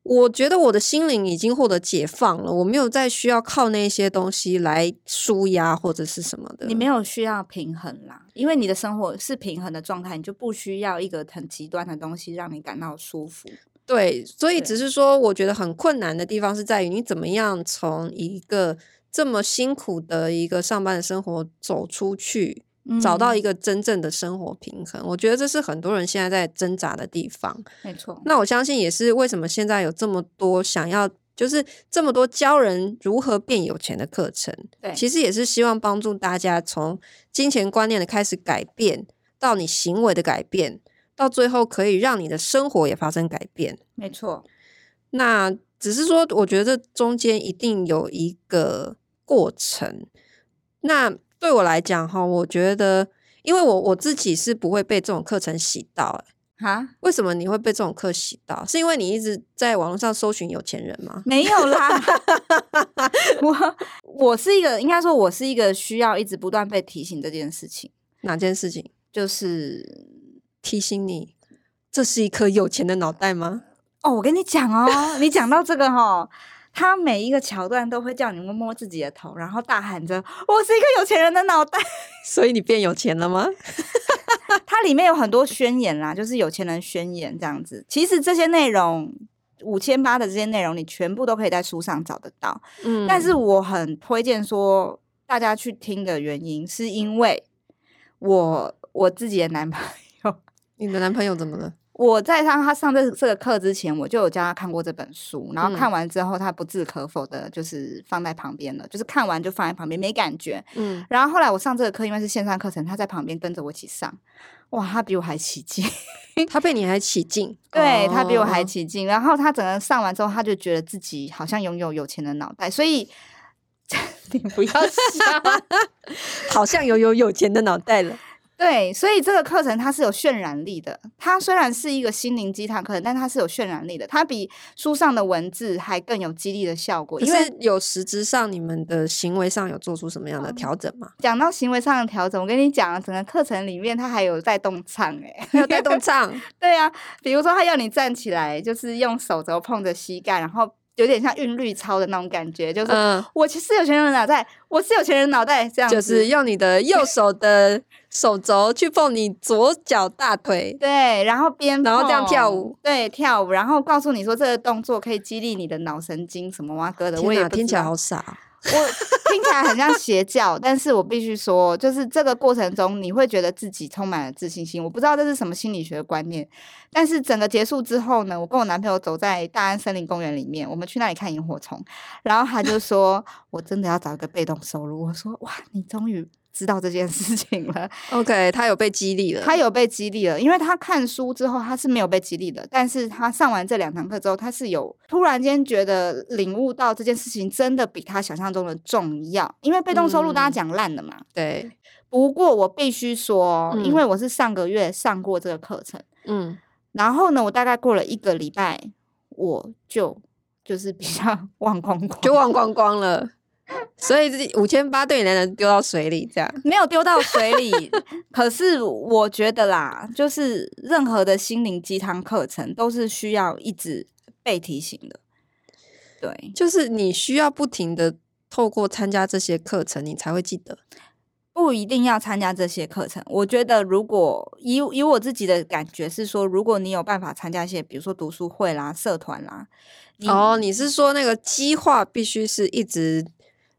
[SPEAKER 1] 我觉得我的心灵已经获得解放了，我没有再需要靠那些东西来舒压或者是什么的。
[SPEAKER 2] 你没有需要平衡啦，因为你的生活是平衡的状态，你就不需要一个很极端的东西让你感到舒服。
[SPEAKER 1] 对，所以
[SPEAKER 2] 对
[SPEAKER 1] 只是说，我觉得很困难的地方是在于你怎么样从一个这么辛苦的一个上班的生活走出去，找到一
[SPEAKER 2] 个
[SPEAKER 1] 个真正的生活平衡。我觉得这是很多人现在在挣扎的地方。
[SPEAKER 2] 没错，
[SPEAKER 1] 那我相信也是为什么现在有这么多想要就是这么多教人如何变有钱的课程，
[SPEAKER 2] 对
[SPEAKER 1] 其实也是希望帮助大家从金钱观念的开始改变，到你行为的改变，到最后可以让你的生活也发生改变。
[SPEAKER 2] 没错，
[SPEAKER 1] 那只是说，我觉得这中间一定有一个过程。那对我来讲哈，我觉得，因为我我自己是不会被这种课程洗到、欸
[SPEAKER 2] 哈， [LAUGHS]
[SPEAKER 1] 为什么你会被这种课洗到？是因为你一直在网络上搜寻有钱人吗？
[SPEAKER 2] 没有啦，我我是一个，应该说我是一个需要一直不断被提醒这件事情，
[SPEAKER 1] 哪件事情
[SPEAKER 2] 就是
[SPEAKER 1] 提醒你？这是一颗有钱的脑袋吗？ [LAUGHS]
[SPEAKER 2] 哦，我跟你讲哦，你讲到这个哦，他每一个桥段都会叫你摸摸自己的头，然后大喊着“我是一个有钱人的脑袋
[SPEAKER 1] 所以你变有钱了
[SPEAKER 2] 嗯
[SPEAKER 1] 吗？”。
[SPEAKER 2] 它里面有很多宣言啦，就是有钱人宣言这样子。其实这些内容五千八的这些内容，你全部都可以在书上找得到。
[SPEAKER 1] 嗯
[SPEAKER 2] 但是我很推荐说大家去听的原因，是因为我我自己的男朋友，
[SPEAKER 1] 你的男朋友怎么了？
[SPEAKER 2] 我在让他上这这个课之前，我就有教他看过这本书，然后
[SPEAKER 1] 嗯
[SPEAKER 2] 看完之后，他不置可否的，就是放在旁边了，就是看完就放在旁边，没感觉。
[SPEAKER 1] 嗯，
[SPEAKER 2] 然后后来我上这个课，因为是线上课程，他在旁边跟着我一起上，哇，他比我还起劲，
[SPEAKER 1] 他被你还起劲，
[SPEAKER 2] 对他比我还
[SPEAKER 1] 哦
[SPEAKER 2] 起劲。然后他整个上完之后，他就觉得自己好像拥有有钱的脑袋，所以 [LAUGHS] 你不要笑。 [LAUGHS]
[SPEAKER 1] 好像有有有钱的脑袋了。
[SPEAKER 2] 对，所以这个课程它是有渲染力的。它虽然是一个心灵鸡汤课程，但它是有渲染力的。它比书上的文字还更有激励的效果。
[SPEAKER 1] 可
[SPEAKER 2] 因为
[SPEAKER 1] 是有实质上你们的行为上有做出什么样
[SPEAKER 2] 嗯
[SPEAKER 1] 的调整吗？
[SPEAKER 2] 讲到行为上的调整，我跟你讲，啊整个课程里面它还有带动唱、欸， [LAUGHS]
[SPEAKER 1] 还有带动唱，
[SPEAKER 2] 对啊，比如说他要你站起来，就是用手肘碰着膝盖，然后有点像韵律操的那种感觉，就是、
[SPEAKER 1] 嗯，
[SPEAKER 2] 我其实有钱人的脑袋，我是有钱人的脑袋这样子。
[SPEAKER 1] 就是用你的右手的手肘去碰你左脚大
[SPEAKER 2] [LAUGHS]
[SPEAKER 1] 腿，
[SPEAKER 2] 对，然后边
[SPEAKER 1] 然后这样
[SPEAKER 2] 碰
[SPEAKER 1] 跳舞，
[SPEAKER 2] 对，跳舞，然后告诉你说这个动作可以激励你的脑神经什么哇哥的，我
[SPEAKER 1] 天
[SPEAKER 2] 也
[SPEAKER 1] 哪，
[SPEAKER 2] 不
[SPEAKER 1] 听
[SPEAKER 2] 知
[SPEAKER 1] 起来
[SPEAKER 2] 道
[SPEAKER 1] 好傻哦。
[SPEAKER 2] 我听起来很像邪教，但是我必须说，就是这个过程中你会觉得自己充满了自信心。我不知道这是什么心理学的观念，但是整个结束之后呢，我跟我男朋友走在大安森林公园里面，我们去那里看萤火虫，然后他就说 [LAUGHS] 我真的要找一个被动收入。我说哇，你终于知道这件事情了。
[SPEAKER 1] 哦 OK，他有被激励了，
[SPEAKER 2] 他有被激励了，因为他看书之后他是没有被激励的，但是他上完这两堂课之后，他是有突然间觉得领悟到这件事情真的比他想象中的重要，因为被动收入大家
[SPEAKER 1] 嗯
[SPEAKER 2] 讲烂了嘛。
[SPEAKER 1] 对，
[SPEAKER 2] 不过我必须说，
[SPEAKER 1] 嗯
[SPEAKER 2] 因为我是上个月上过这个课程，
[SPEAKER 1] 嗯，
[SPEAKER 2] 然后呢，我大概过了一个礼拜，我就就是比较 [LAUGHS] 忘光光，
[SPEAKER 1] 就忘光光了。所以这五千八对你来讲丢到水里，这样
[SPEAKER 2] 没有丢到水里。可是我觉得啦，就是任何的心灵鸡汤课程都是需要一直被提醒的。对，
[SPEAKER 1] 就是你需要不停的透过参加这些课程，你才会记得。
[SPEAKER 2] 不一定要参加这些课程。我觉得，如果以以我自己的感觉是说，如果你有办法参加一些，比如说读书会啦、社团啦，你
[SPEAKER 1] 哦，你是说那个激化必须是一直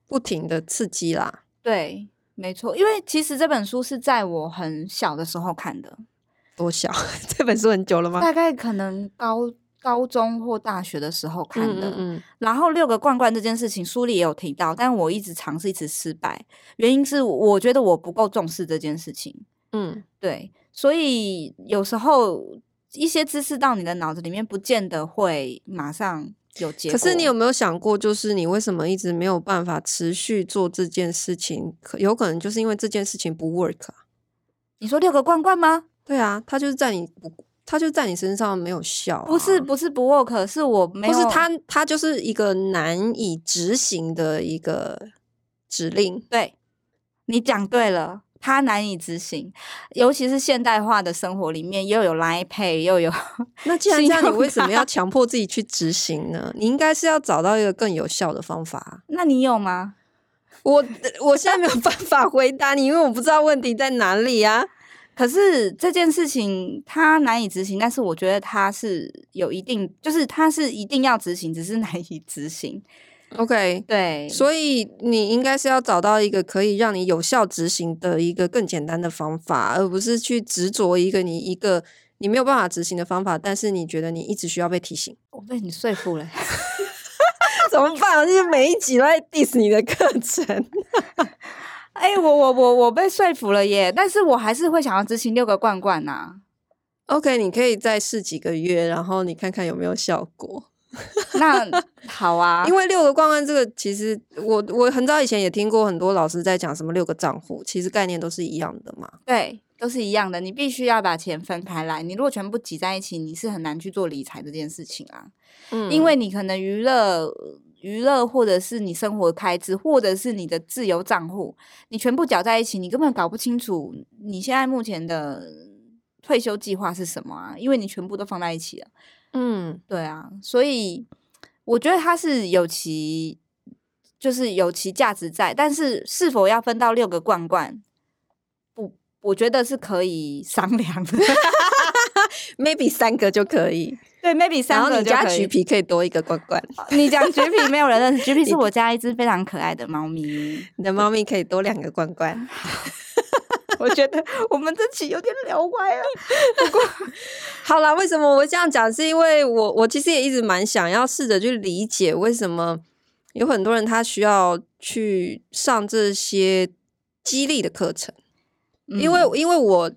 [SPEAKER 1] 不停的刺激啦？
[SPEAKER 2] 对，没错，因为其实这本书是在我很小的时候看的，
[SPEAKER 1] 多小？ [LAUGHS] 这本书很久了吗？
[SPEAKER 2] 大概可能高高中或大学的时候看的。
[SPEAKER 1] 嗯
[SPEAKER 2] 然后六个罐罐这件事情，书里也有提到，但我一直尝试，一直失败，原因是我觉得我不够重视这件事情。
[SPEAKER 1] 嗯
[SPEAKER 2] 对，所以有时候一些知识到你的脑子里面，不见得会马上有
[SPEAKER 1] 嗯。
[SPEAKER 2] 结果。
[SPEAKER 1] 可是你有没有想过，就是你为什么一直没有办法持续做这件事情？可有可能就是因为这件事情不 work 啊。
[SPEAKER 2] 你说六个罐罐吗？
[SPEAKER 1] 对啊，它就是在你不，它就在你身上没有效啊、
[SPEAKER 2] 不是，不是不 work，是我没
[SPEAKER 1] 不
[SPEAKER 2] 有。
[SPEAKER 1] 是它，它就是一个难以执行的一个指令。
[SPEAKER 2] 对，你讲对了，它难以执行，尤其是现代化的生活里面，又有 Line Pay，又有 [LAUGHS]
[SPEAKER 1] 那既然
[SPEAKER 2] 信
[SPEAKER 1] 这样，你
[SPEAKER 2] 用
[SPEAKER 1] 为什么
[SPEAKER 2] 卡
[SPEAKER 1] 要强迫自己去执行呢？你应该是要找到一个更有效的方法啊、
[SPEAKER 2] 那你有吗？
[SPEAKER 1] 我我现在没有办法回答你，因为我不知道问题在哪里啊。
[SPEAKER 2] 可是这件事情它难以执行，但是我觉得它是有一定，就是它是一定要执行，只是难 [LAUGHS] 以执行。
[SPEAKER 1] OK，
[SPEAKER 2] 对，
[SPEAKER 1] 所以你应该是要找到一个可以让你有效执行的一个更简单的方法，而不是去执着一个你一个你没有办法执行的方法，但是你觉得你一直需要被提醒。
[SPEAKER 2] 我被你说服了。
[SPEAKER 1] [LAUGHS] 怎么办？啊我就是每一集都在 diss 你的课程。
[SPEAKER 2] [LAUGHS] 哎、我我我我被说服了耶！但是我还是会想要执行六个罐罐呐、
[SPEAKER 1] OK，你可以再试几个月，然后你看看有没有效果。 [LAUGHS]
[SPEAKER 2] 那好啊，
[SPEAKER 1] 因为六个罐罐这个，其实我我很早以前也听过很多老师在讲什么六个账户，其实概念都是一样的嘛。
[SPEAKER 2] 对，都是一样的。你必须要把钱分开来，你如果全部挤在一起，你是很难去做理财这件事情啊。
[SPEAKER 1] 嗯
[SPEAKER 2] 因为你可能娱乐、娱乐或者是你生活开支，或者是你的自由账户，你全部搅在一起，你根本搞不清楚你现在目前的退休计划是什么啊，因为你全部都放在一起了。
[SPEAKER 1] 嗯
[SPEAKER 2] 对啊，所以我觉得它是有其就是有其价值在，但是是否要分到六个罐罐，不，我觉得是可以商量的。 [LAUGHS]
[SPEAKER 1] ，maybe 三个就可以，
[SPEAKER 2] 对，maybe
[SPEAKER 1] 然
[SPEAKER 2] 三
[SPEAKER 1] 后
[SPEAKER 2] 个
[SPEAKER 1] 你
[SPEAKER 2] 就
[SPEAKER 1] 家
[SPEAKER 2] 可
[SPEAKER 1] 橘
[SPEAKER 2] 以。
[SPEAKER 1] 皮可以多一个罐罐，
[SPEAKER 2] 你讲橘皮没有人认识，橘皮
[SPEAKER 1] 你
[SPEAKER 2] 是我家一只非常可爱的猫咪。
[SPEAKER 1] 你的猫咪可以多两个罐罐。
[SPEAKER 2] [LAUGHS] 我觉得我们这期有点聊歪了。
[SPEAKER 1] 好啦，为什么我会这样讲？是因为我我其实也一直蛮想要试着去理解为什么有很多人他需要去上这些激励的课程。因为
[SPEAKER 2] 嗯
[SPEAKER 1] 因为我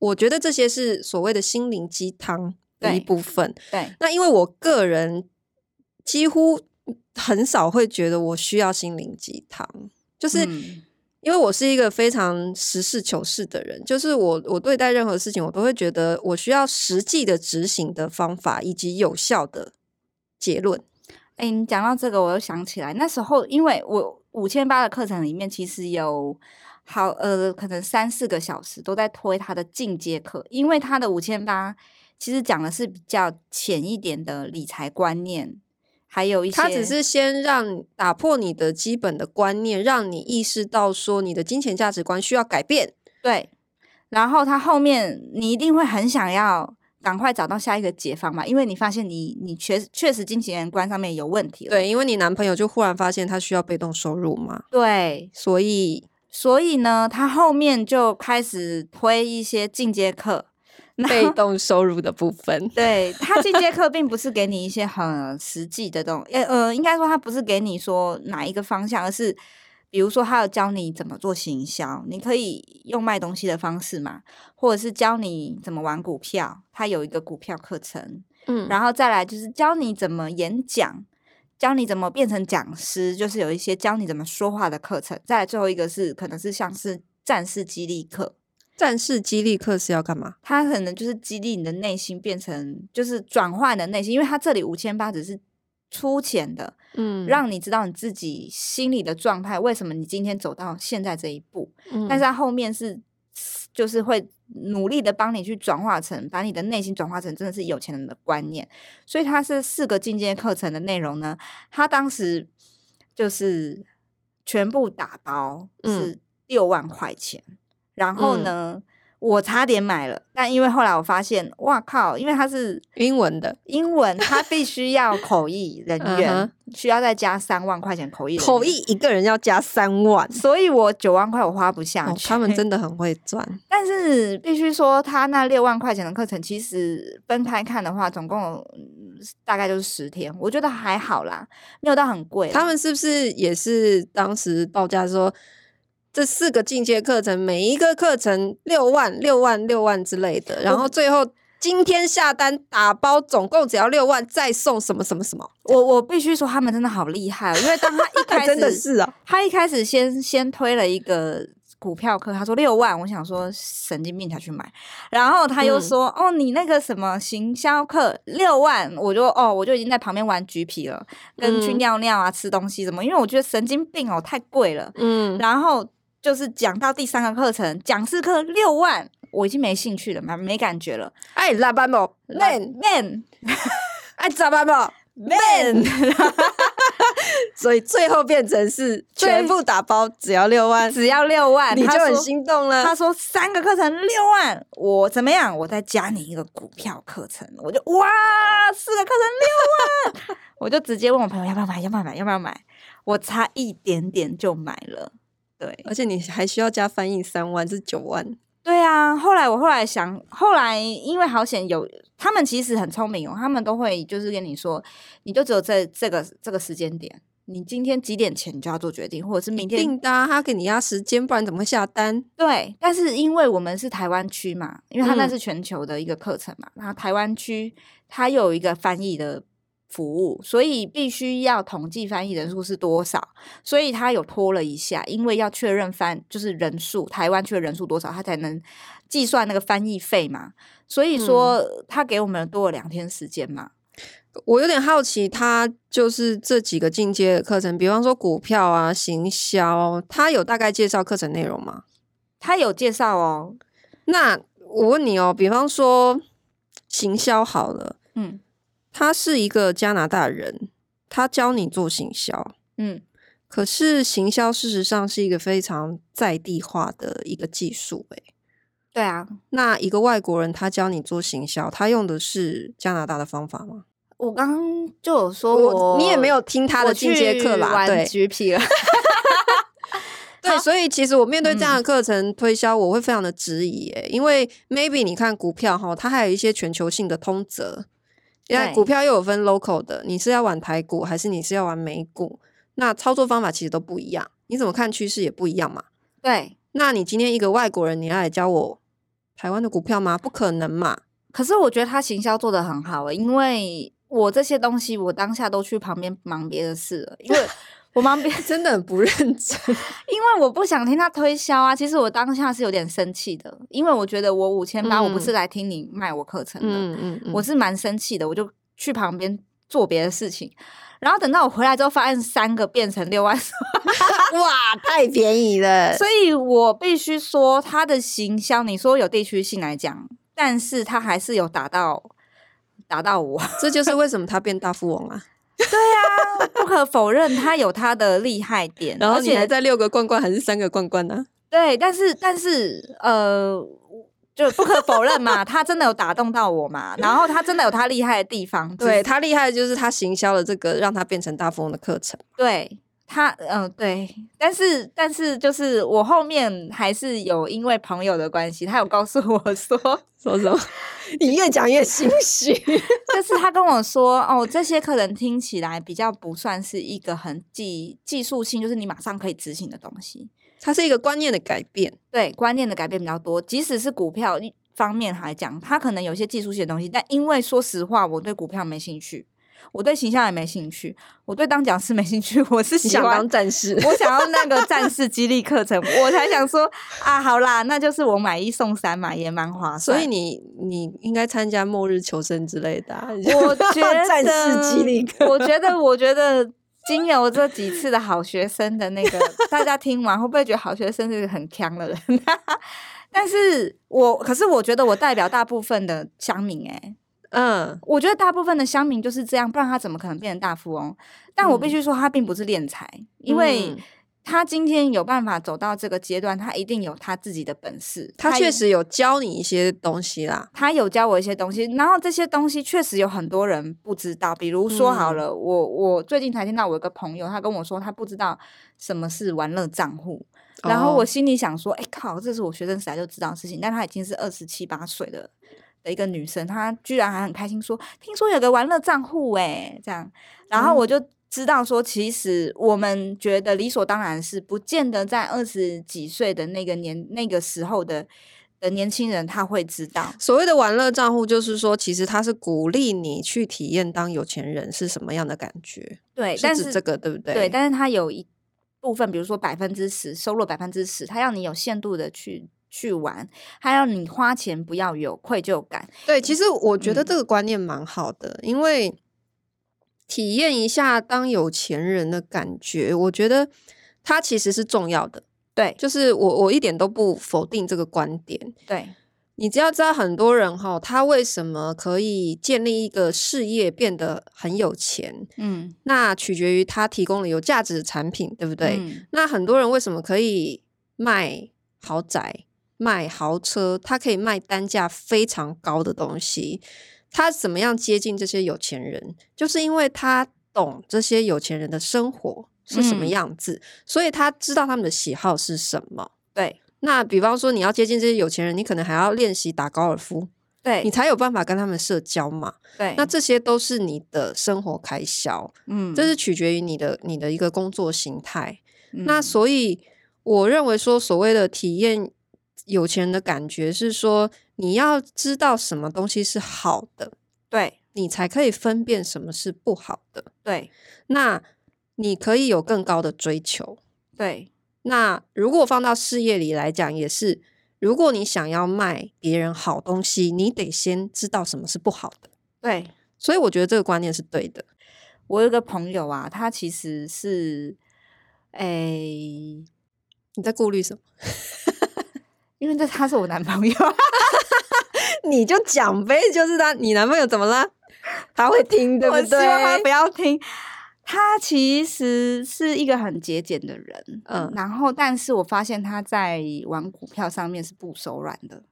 [SPEAKER 1] 我觉得这些是所谓的心灵鸡汤的一
[SPEAKER 2] 对
[SPEAKER 1] 部分。
[SPEAKER 2] 对
[SPEAKER 1] 那因为我个人几乎很少会觉得我需要心灵鸡汤，就是
[SPEAKER 2] 嗯
[SPEAKER 1] 因为我是一个非常实事求是的人，就是我我对待任何事情，我都会觉得我需要实际的执行的方法以及有效的结论。
[SPEAKER 2] 哎、你讲到这个，我又想起来，那时候因为我五千八的课程里面，其实有好呃，可能三四个小时都在推他的进阶课，因为他的五千八其实讲的是比较浅一点的理财观念，还有一些
[SPEAKER 1] 它只是先让打破你的基本的观念，让你意识到说你的金钱价值观需要改变。
[SPEAKER 2] 对，然后他后面你一定会很想要。赶快找到下一个解方嘛，因为你发现你你确确实金钱观上面有问题了。
[SPEAKER 1] 对，因为你男朋友就忽然发现他需要被动收入嘛，
[SPEAKER 2] 对，
[SPEAKER 1] 所以
[SPEAKER 2] 所以呢，他后面就开始推一些进阶课。，
[SPEAKER 1] [LAUGHS] 被动收入的部分
[SPEAKER 2] 对他进阶课并不是给你一些很实际的东呃呃，应该说他不是给你说哪一个方向，而是比如说他有教你怎么做行销，你可以用卖东西的方式嘛，或者是教你怎么玩股票，他有一个股票课程，
[SPEAKER 1] 嗯，
[SPEAKER 2] 然后再来就是教你怎么演讲，教你怎么变成讲师，就是有一些教你怎么说话的课程。再来最后一个是可能是像是战士激励课，
[SPEAKER 1] 战士激励课是要干嘛？
[SPEAKER 2] 它可能就是激励你的内心变成就是转化你的内心，因为它这里五千八只是。粗浅的，
[SPEAKER 1] 嗯
[SPEAKER 2] 让你知道你自己心里的状态，为什么你今天走到现在这一步，但
[SPEAKER 1] 但是
[SPEAKER 2] 是它后面是就是会努力的帮你去转化成，把你的内心转化成真的是有钱人的观念。所以它是四个进阶课程的内容呢，它当时就是全部打包
[SPEAKER 1] 嗯
[SPEAKER 2] 是六万块钱，然后呢。我差点买了，但因为后来我发现，哇靠！因为它是
[SPEAKER 1] 英文的
[SPEAKER 2] 英文，它必须要口译人
[SPEAKER 1] 嗯
[SPEAKER 2] 员，需要再加三万块钱口译人
[SPEAKER 1] 口
[SPEAKER 2] 员，
[SPEAKER 1] 译一个人要加三万，
[SPEAKER 2] 所以我九万块我花不下
[SPEAKER 1] 哦，
[SPEAKER 2] 去。
[SPEAKER 1] 他
[SPEAKER 2] [LAUGHS]
[SPEAKER 1] 们真的很会赚，
[SPEAKER 2] 但是必须说，他那六万块钱的课程，其实分开看的话，总共有嗯大概就是十天，我觉得还好啦，没有到很贵啦。
[SPEAKER 1] 他们是不是也是当时报价说？这四个进阶课程，每一个课程六万、六万、六万之类的，然后最后今天下单打包，总共只要六万，再送什么什么什么，
[SPEAKER 2] 我我必须说，他们真的好厉害、哦，因为当
[SPEAKER 1] [LAUGHS]
[SPEAKER 2] 他一开始
[SPEAKER 1] 真的是啊，
[SPEAKER 2] 他一开始先先推了一个股票课，他说六万，我想说神经病才去买，然后他又
[SPEAKER 1] 嗯
[SPEAKER 2] 说、哦，你那个什么行销课六万，我就哦我就已经在旁边玩橘皮了，跟去
[SPEAKER 1] 嗯
[SPEAKER 2] 尿尿啊、吃东西什么，因为我觉得神经病哦太贵了。
[SPEAKER 1] 嗯，
[SPEAKER 2] 然后就是讲到第三个课程，讲师课六万，我已经没兴趣了，没没感觉了。
[SPEAKER 1] 爱哎拉班某 man，
[SPEAKER 2] man
[SPEAKER 1] 爱扎班某 man，所以最后变成是
[SPEAKER 2] 最
[SPEAKER 1] 全部打包只要六万，
[SPEAKER 2] [LAUGHS] 只要六
[SPEAKER 1] [LAUGHS]
[SPEAKER 2] 万，
[SPEAKER 1] 你就
[SPEAKER 2] 他
[SPEAKER 1] 很
[SPEAKER 2] 说。
[SPEAKER 1] 心动了
[SPEAKER 2] 他。说三个课程六万，我怎么样？我再加你一个股票课程，我就哇，四个课程六万， [LAUGHS] 我就直接问我朋友要不要买，要不要买，要不要买？我差一点点就买了，对，
[SPEAKER 1] 而且你还需要加翻译三万，是九万。
[SPEAKER 2] 对啊，后来我后来想，后来因为好险有他们其实很聪明哦，他们都会就是跟你说，你就只有在这个这个时间点，你今天几点前你就要做决定，或者是明天
[SPEAKER 1] 定的啊、他给你压时间，不然怎么会下单？
[SPEAKER 2] 对，但是因为我们是台湾区嘛，因为它那
[SPEAKER 1] 嗯
[SPEAKER 2] 是全球的一个课程嘛，然后台湾区它有一个翻译的服务，所以必须要统计翻译人数是多少，所以它有拖了一下，因为要确认翻就是人数，台湾区的人数多少，它才能计算那个翻译费嘛。所以说，他给我们多了两天时间嘛。
[SPEAKER 1] 我有点好奇，他就是这几个进阶的课程，比方说股票啊、行销，他有大概介绍课程内容吗？
[SPEAKER 2] 他有介绍哦，
[SPEAKER 1] 那我问你哦，比方说行销好了，
[SPEAKER 2] 嗯
[SPEAKER 1] 他是一个加拿大人，他教你做行销，
[SPEAKER 2] 嗯，
[SPEAKER 1] 可是行销事实上是一个非常在地化的一个技术、欸，
[SPEAKER 2] 对啊，
[SPEAKER 1] 那一个外国人他教你做行销，他用的是加拿大的方法吗？
[SPEAKER 2] 我刚刚就有说
[SPEAKER 1] 我
[SPEAKER 2] 哦我，
[SPEAKER 1] 你也没有听他的进阶课啦，对
[SPEAKER 2] 橘皮了。
[SPEAKER 1] 对，所以其实我面对这样
[SPEAKER 2] 嗯
[SPEAKER 1] 的课程推销，我会非常的质疑、欸，因为 maybe 你看股票哈，它还有一些全球性的通则，因为
[SPEAKER 2] 对
[SPEAKER 1] 股票又有分 local 的，你是要玩台股还是你是要玩美股？那操作方法其实都不一样，你怎么看趋势也不一样嘛。
[SPEAKER 2] [LAUGHS] 对，
[SPEAKER 1] 那你今天一个外国人，你要来教我台湾的股票吗？不可能嘛。 [LAUGHS]
[SPEAKER 2] 可是我觉得他行销做的很好诶、因为我这些东西我当下都去旁边忙别的事了，
[SPEAKER 1] [LAUGHS]
[SPEAKER 2] 因为我忙别，
[SPEAKER 1] 真的很不认真，
[SPEAKER 2] 因为我不想听他推销啊。其实我当下是有点生气的，因为我觉得我五千八，我不
[SPEAKER 1] 嗯
[SPEAKER 2] 是来听你卖我课程的，
[SPEAKER 1] 嗯嗯嗯，
[SPEAKER 2] 我是蛮生气的，我就去旁边做别的事情。然后等到我回来之后，发现三个变成六万 [LAUGHS] 四，
[SPEAKER 1] [LAUGHS] 哇，太便宜了
[SPEAKER 2] 所以我必须说他的行销，你说有地区性来讲，但是他还是有打到打到我。
[SPEAKER 1] 这就是为什么他变大富翁 [LAUGHS] 啊！
[SPEAKER 2] 啊不可否认，他有他的厉害点，
[SPEAKER 1] 然后
[SPEAKER 2] 而
[SPEAKER 1] 你还
[SPEAKER 2] 且
[SPEAKER 1] 在六个罐罐还是三个罐啊罐呢、
[SPEAKER 2] 对，但是但是呃，就不可否认嘛， [LAUGHS] 他真的有打动到我嘛，然后他真的有他厉害的地方，只
[SPEAKER 1] 对
[SPEAKER 2] 是
[SPEAKER 1] 他厉害的就是他行销了这个让他变成大富翁的课程。
[SPEAKER 2] 对。他嗯、对，但是但是就是我后面还是有因为朋友的关系，他有告诉
[SPEAKER 1] [LAUGHS]
[SPEAKER 2] 我说，
[SPEAKER 1] 说什么？你越讲越心 [LAUGHS] 虚。
[SPEAKER 2] 就是他跟我说，哦，这些课程听起来比较不算是一个很技技术性，就是你马上可以执行的东西。
[SPEAKER 1] 它是一个观念的改变，
[SPEAKER 2] 对观念的改变比较多。即使是股票一方面来讲，它可能有一些技术性的东西，但因为说实话，我对股票没兴趣，我对形象也没兴趣，我对当讲师没兴趣，我是
[SPEAKER 1] 你
[SPEAKER 2] 喜
[SPEAKER 1] 想
[SPEAKER 2] 欢
[SPEAKER 1] 当。战士？
[SPEAKER 2] 我想要那个战士激励课程，我才想说啊，好啦，那就是我买一送三嘛，也蛮划
[SPEAKER 1] 所
[SPEAKER 2] 算。
[SPEAKER 1] 以你你应该参加末日求生之类的、啊。 [LAUGHS]
[SPEAKER 2] 我觉得
[SPEAKER 1] 战士激励课
[SPEAKER 2] 我觉得，我觉得经由这几次的好学生的那个，大家听完会不会觉得好学生是个很强的人？ [LAUGHS] 但是我可是我觉得我代表大部分的乡民哎、
[SPEAKER 1] 嗯，
[SPEAKER 2] 我觉得大部分的乡民就是这样，不然他怎么可能变成大富翁？但我必须说，他并不是敛财，因为
[SPEAKER 1] 嗯
[SPEAKER 2] 他今天有办法走到这个阶段，他一定有他自己的本事。
[SPEAKER 1] 他
[SPEAKER 2] 一
[SPEAKER 1] 确实有教你一些东西啦。
[SPEAKER 2] 他有教我一些东西，然后这些东西确实有很多人不知道。比如说好了，我我最近才听到我一个朋友，他跟我说他不知道什么是玩乐账户，然后我
[SPEAKER 1] 哦
[SPEAKER 2] 心里想说，哎、靠，这是我学生时代就知道的事情，但她已经是二十七八岁的的一个女生，她居然还很开心说，听说有个玩乐账户哎，这样，然后我就。知道说，其实我们觉得理所当然是，不见得在二十几岁的那个年那个时候的的年轻人他会知道，
[SPEAKER 1] 所谓的玩乐账户，就是说，其实它是鼓励你去体验当有钱人是什么样的感觉，
[SPEAKER 2] 对，
[SPEAKER 1] 是
[SPEAKER 2] 但
[SPEAKER 1] 指
[SPEAKER 2] 是
[SPEAKER 1] 这个对不对？
[SPEAKER 2] 对，但是它有一部分，比如说百分之十收入百分之十，它要你有限度的去去玩，它要你花钱不要有愧疚感。
[SPEAKER 1] 对，其实我觉得
[SPEAKER 2] 嗯
[SPEAKER 1] 这个观念蛮好的，因为体验一下当有钱人的感觉，我觉得它其实是重要的。
[SPEAKER 2] 对
[SPEAKER 1] 就是我我一点都不否定这个观点。
[SPEAKER 2] 对
[SPEAKER 1] 你只要知道很多人哈，他为什么可以建立一个事业变得很有钱，
[SPEAKER 2] 嗯，
[SPEAKER 1] 那取决于他提供了有价值的产品，对不对？
[SPEAKER 2] 嗯
[SPEAKER 1] 那很多人为什么可以卖豪宅、卖豪车？他可以卖单价非常高的东西。他怎么样接近这些有钱人？就是因为他懂这些有钱人的生活是什么
[SPEAKER 2] 嗯
[SPEAKER 1] 样子，所以他知道他们的喜好是什么。
[SPEAKER 2] 对
[SPEAKER 1] 那比方说你要接近这些有钱人，你可能还要练习打高尔夫，你
[SPEAKER 2] 对
[SPEAKER 1] 才有办法跟他们社交嘛。
[SPEAKER 2] 对，
[SPEAKER 1] 那这些都是你的生活开销，
[SPEAKER 2] 嗯，
[SPEAKER 1] 这是取决于你的你的一个工作形态。那
[SPEAKER 2] 嗯
[SPEAKER 1] 所以我认为说，所谓的体验有钱人的感觉是说，你要知道什么东西是好的，
[SPEAKER 2] 对
[SPEAKER 1] 你才可以分辨什么是不好的。
[SPEAKER 2] 对
[SPEAKER 1] 那你可以有更高的追求。
[SPEAKER 2] 对
[SPEAKER 1] 那如果放到事业里来讲，也是，如果你想要卖别人好东西，你得先知道什么是不好的。
[SPEAKER 2] 对，
[SPEAKER 1] 所以我觉得这个观念是对的。
[SPEAKER 2] 我有一个朋友啊，他其实是，诶、
[SPEAKER 1] 你在顾虑什么？
[SPEAKER 2] 因为这他是我男朋友，
[SPEAKER 1] [LAUGHS]
[SPEAKER 2] 啊 [LAUGHS]
[SPEAKER 1] 你就讲呗，就是他，你男朋友怎么了？他会听，对不
[SPEAKER 2] 我
[SPEAKER 1] 对？
[SPEAKER 2] 希望他不要听。他其实是一个很节俭的人，嗯
[SPEAKER 1] 嗯， [LAUGHS]
[SPEAKER 2] 然后但是我发现他在玩股票上面是不手软的。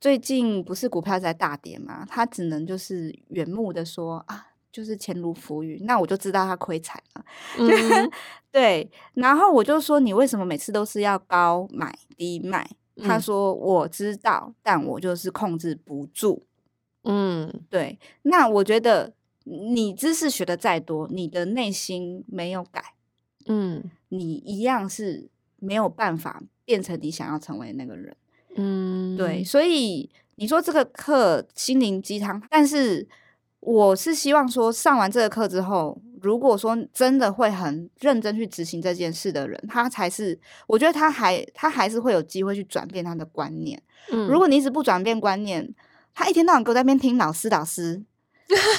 [SPEAKER 2] 最近不是股票在大跌嘛，他只能就是缘木的说啊，就是钱如浮云，那我就知道他亏惨了。
[SPEAKER 1] 嗯
[SPEAKER 2] 对，然后我就说你为什么每次都是要高买低卖？他
[SPEAKER 1] 嗯
[SPEAKER 2] 说我知道，但我就是控制不住。
[SPEAKER 1] 嗯，
[SPEAKER 2] 对，那我觉得你知识学的再多，你的内心没有改，
[SPEAKER 1] 嗯
[SPEAKER 2] 你一样是没有办法变成你想要成为的那个人。
[SPEAKER 1] 嗯，
[SPEAKER 2] 对，，所以你说这个课心灵鸡汤，但是我是希望说，上完这个课之后，如果说真的会很认真去执行这件事的人，他才是，我觉得他还他还是会有机会去转变他的观念。
[SPEAKER 1] 嗯
[SPEAKER 2] 如果你一直不转变观念，他一天到晚给我在那边听老师老师。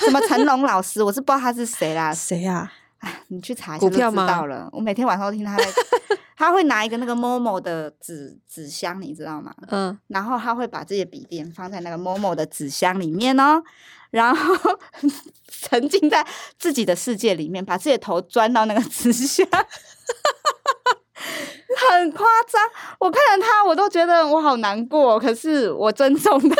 [SPEAKER 2] 什么成龙老师，我是不知道他是谁啦。
[SPEAKER 1] 谁呀？
[SPEAKER 2] 哎，你去查一
[SPEAKER 1] 股
[SPEAKER 2] 下就知
[SPEAKER 1] 票吗
[SPEAKER 2] 道了。我每天晚上都
[SPEAKER 1] [LAUGHS]
[SPEAKER 2] 听他在，他会拿一个那个 Momo 的纸纸箱，你知道吗？
[SPEAKER 1] 嗯，
[SPEAKER 2] 然后他会把自己的笔电放在那个 Momo 的纸箱里面哦，然后 [LAUGHS] 沉浸在自己的世界里面，把自己的头钻到那个纸箱， [LAUGHS] 很夸张。我看着他，我都觉得我好难过，可是我尊重他。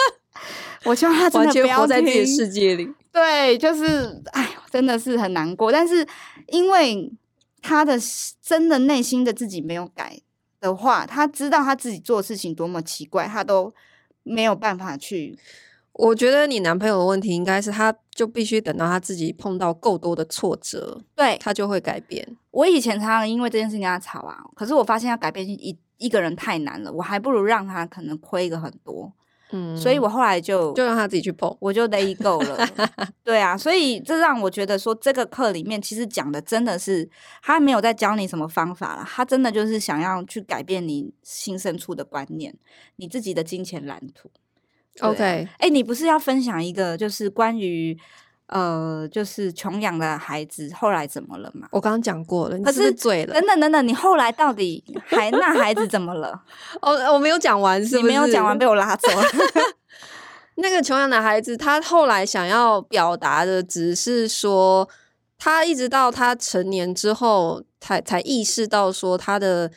[SPEAKER 2] [LAUGHS] 我希望他真
[SPEAKER 1] 完
[SPEAKER 2] 的
[SPEAKER 1] 全
[SPEAKER 2] 不要
[SPEAKER 1] 活在自己的
[SPEAKER 2] 听
[SPEAKER 1] 世界里。
[SPEAKER 2] 对，就是哎，真的是很难过。但是因为他的是真的内心的自己没有改的话，他知道他自己做的事情多么奇怪，他都没有办法去。
[SPEAKER 1] [LAUGHS] 我觉得你男朋友的问题应该是，他就必须等到他自己碰到够多的挫折，
[SPEAKER 2] 对
[SPEAKER 1] 他就会改变。
[SPEAKER 2] 我以前常常因为这件事情跟他吵啊，可是我发现要改变一一个人太难了，我还不如让他可能亏个很多，
[SPEAKER 1] 嗯，
[SPEAKER 2] 所以我后来就
[SPEAKER 1] 就让他自己去碰。
[SPEAKER 2] 我
[SPEAKER 1] [LAUGHS]
[SPEAKER 2] 就 let it go 了。对啊，所以这让我觉得说，这个课里面其实讲的真的是他没有在教你什么方法了，他真的就是想要去改变你心深处的观念，你自己的金钱蓝图。对啊
[SPEAKER 1] OK，
[SPEAKER 2] 哎、你不是要分享一个就是关于呃，就是穷养的孩子后来怎么了吗？
[SPEAKER 1] 我刚刚讲过了，你
[SPEAKER 2] 可
[SPEAKER 1] 是不是
[SPEAKER 2] 是
[SPEAKER 1] 醉了
[SPEAKER 2] 等？等等等，你后来到底还那孩子怎么了？
[SPEAKER 1] 哦，我没有讲完， [LAUGHS] 是不
[SPEAKER 2] 你没有讲完
[SPEAKER 1] 是
[SPEAKER 2] 被我拉走了。
[SPEAKER 1] 那个穷养的孩子，他后来想要表达的只是说，他一直到他成年之后，才才意识到说，他的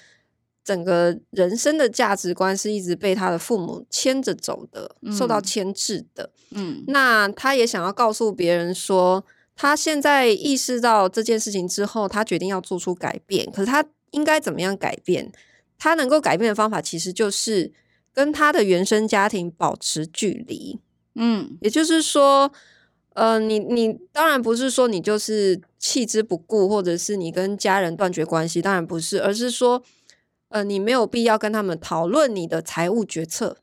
[SPEAKER 1] 整个人生的价值观是一直被他的父母牵着走的，受到
[SPEAKER 2] 嗯
[SPEAKER 1] 牵制的。
[SPEAKER 2] 嗯
[SPEAKER 1] 那他也想要告诉别人说，他现在意识到这件事情之后，他决定要做出改变。可是他应该怎么样改变？他能够改变的方法其实就是跟他的原生家庭保持距离。
[SPEAKER 2] 嗯，
[SPEAKER 1] 也就是说，呃，你你当然不是说你就是弃之不顾，或者是你跟家人断绝关系，当然不是，而是说，呃，你没有必要跟他们讨论你的财务决策，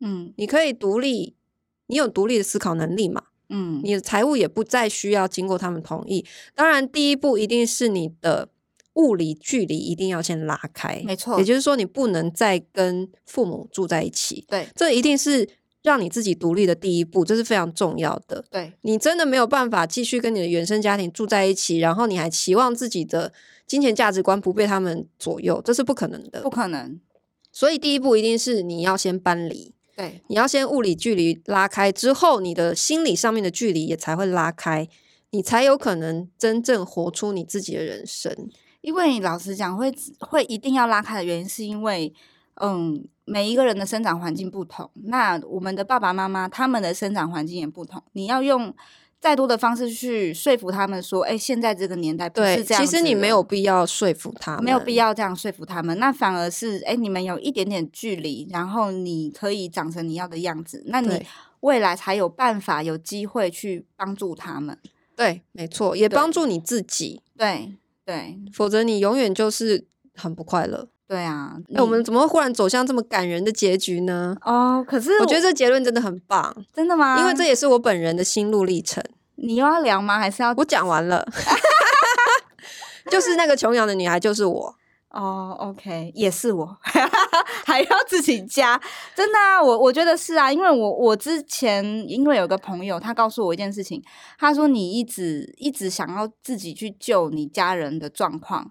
[SPEAKER 2] 嗯
[SPEAKER 1] 你可以独立，你有独立的思考能力嘛？
[SPEAKER 2] 嗯
[SPEAKER 1] 你的财务也不再需要经过他们同意。当然，第一步一定是你的物理距离一定要先拉开，
[SPEAKER 2] 没错
[SPEAKER 1] 也就是说，你不能再跟父母住在一起，
[SPEAKER 2] 对
[SPEAKER 1] 这一定是让你自己独立的第一步，这是非常重要的。
[SPEAKER 2] 对，
[SPEAKER 1] 你真的没有办法继续跟你的原生家庭住在一起，然后你还期望自己的金钱价值观不被他们左右，这是不可能的
[SPEAKER 2] 不。可能。
[SPEAKER 1] 所以第一步一定是你要先搬离，
[SPEAKER 2] 对
[SPEAKER 1] 你要先物理距离拉开之后，你的心理上面的距离也才会拉开，你才有可能真正活出你自己的人生。
[SPEAKER 2] 因为老实讲，会会一定要拉开的原因，是因为，嗯，每一个人的生长环境不同，那我们的爸爸妈妈他们的生长环境也不同，你要用再多的方式去说服他们说，哎、现在这个年代不
[SPEAKER 1] 对，
[SPEAKER 2] 是这样
[SPEAKER 1] 其实
[SPEAKER 2] 子
[SPEAKER 1] 你
[SPEAKER 2] 了
[SPEAKER 1] 没有必要说服他们，
[SPEAKER 2] 没有必要这样说服他们，那反而是哎、你们有一点点距离，然后你可以长成你要的样子，那你
[SPEAKER 1] 对
[SPEAKER 2] 未来才有办法有机会去帮助他们。
[SPEAKER 1] 对，没错，也
[SPEAKER 2] 对
[SPEAKER 1] 帮助你自己，
[SPEAKER 2] 对对
[SPEAKER 1] 否则你永远就是很不快乐。
[SPEAKER 2] 对啊，
[SPEAKER 1] 哎，我们
[SPEAKER 2] 你
[SPEAKER 1] 怎么会忽然走向这么感人的结局呢？
[SPEAKER 2] 哦，可是
[SPEAKER 1] 我觉得这结论真的很棒，
[SPEAKER 2] 真的吗？
[SPEAKER 1] 因为这也是我本人的心路历程。
[SPEAKER 2] 你又要聊吗？还是要
[SPEAKER 1] 我讲完了， [LAUGHS] 就是那个穷养的女孩，就是我。
[SPEAKER 2] 哦，OK，也是我， [LAUGHS] 还要自己加，真的啊，我我觉得是啊，因为我我之前因为有个朋友，他告诉我一件事情，他说你一直一直想要自己去救你家人的状况，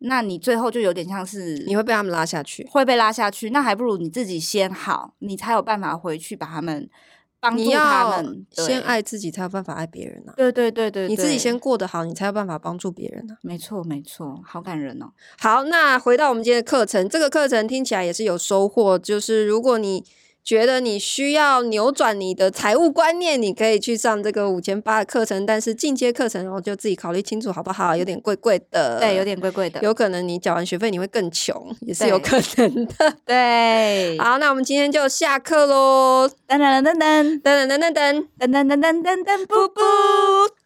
[SPEAKER 2] 那你最后就有点像是
[SPEAKER 1] 你会被他们拉下去。
[SPEAKER 2] 会被拉下去，那还不如你自己先好，你才有办法回去把他们帮
[SPEAKER 1] 你
[SPEAKER 2] 助他
[SPEAKER 1] 要
[SPEAKER 2] 们，对
[SPEAKER 1] 先，爱自己，才有办法爱别人啊！
[SPEAKER 2] 对对对对，
[SPEAKER 1] 你自己
[SPEAKER 2] 对
[SPEAKER 1] 先，过得好，你才有办法帮助别人啊！
[SPEAKER 2] 没错没错，好感人哦，
[SPEAKER 1] 好，那回到我们今天的课程，这个课程听起来也是有收获。就是如果你觉得你需要扭转你的财务观念，你可以去上这个五千八的课程，但是进阶课程然后就自己考虑清楚好不好？有点贵贵的，
[SPEAKER 2] 对，有点贵贵的，
[SPEAKER 1] 呃有可能你缴完学费你会更穷，也是有可能的。
[SPEAKER 2] 对，
[SPEAKER 1] 好，那我们今天就下课喽！
[SPEAKER 2] 噔噔噔噔噔。
[SPEAKER 1] 等等等等等。
[SPEAKER 2] 噔噔噔噔噔噔，噗噗。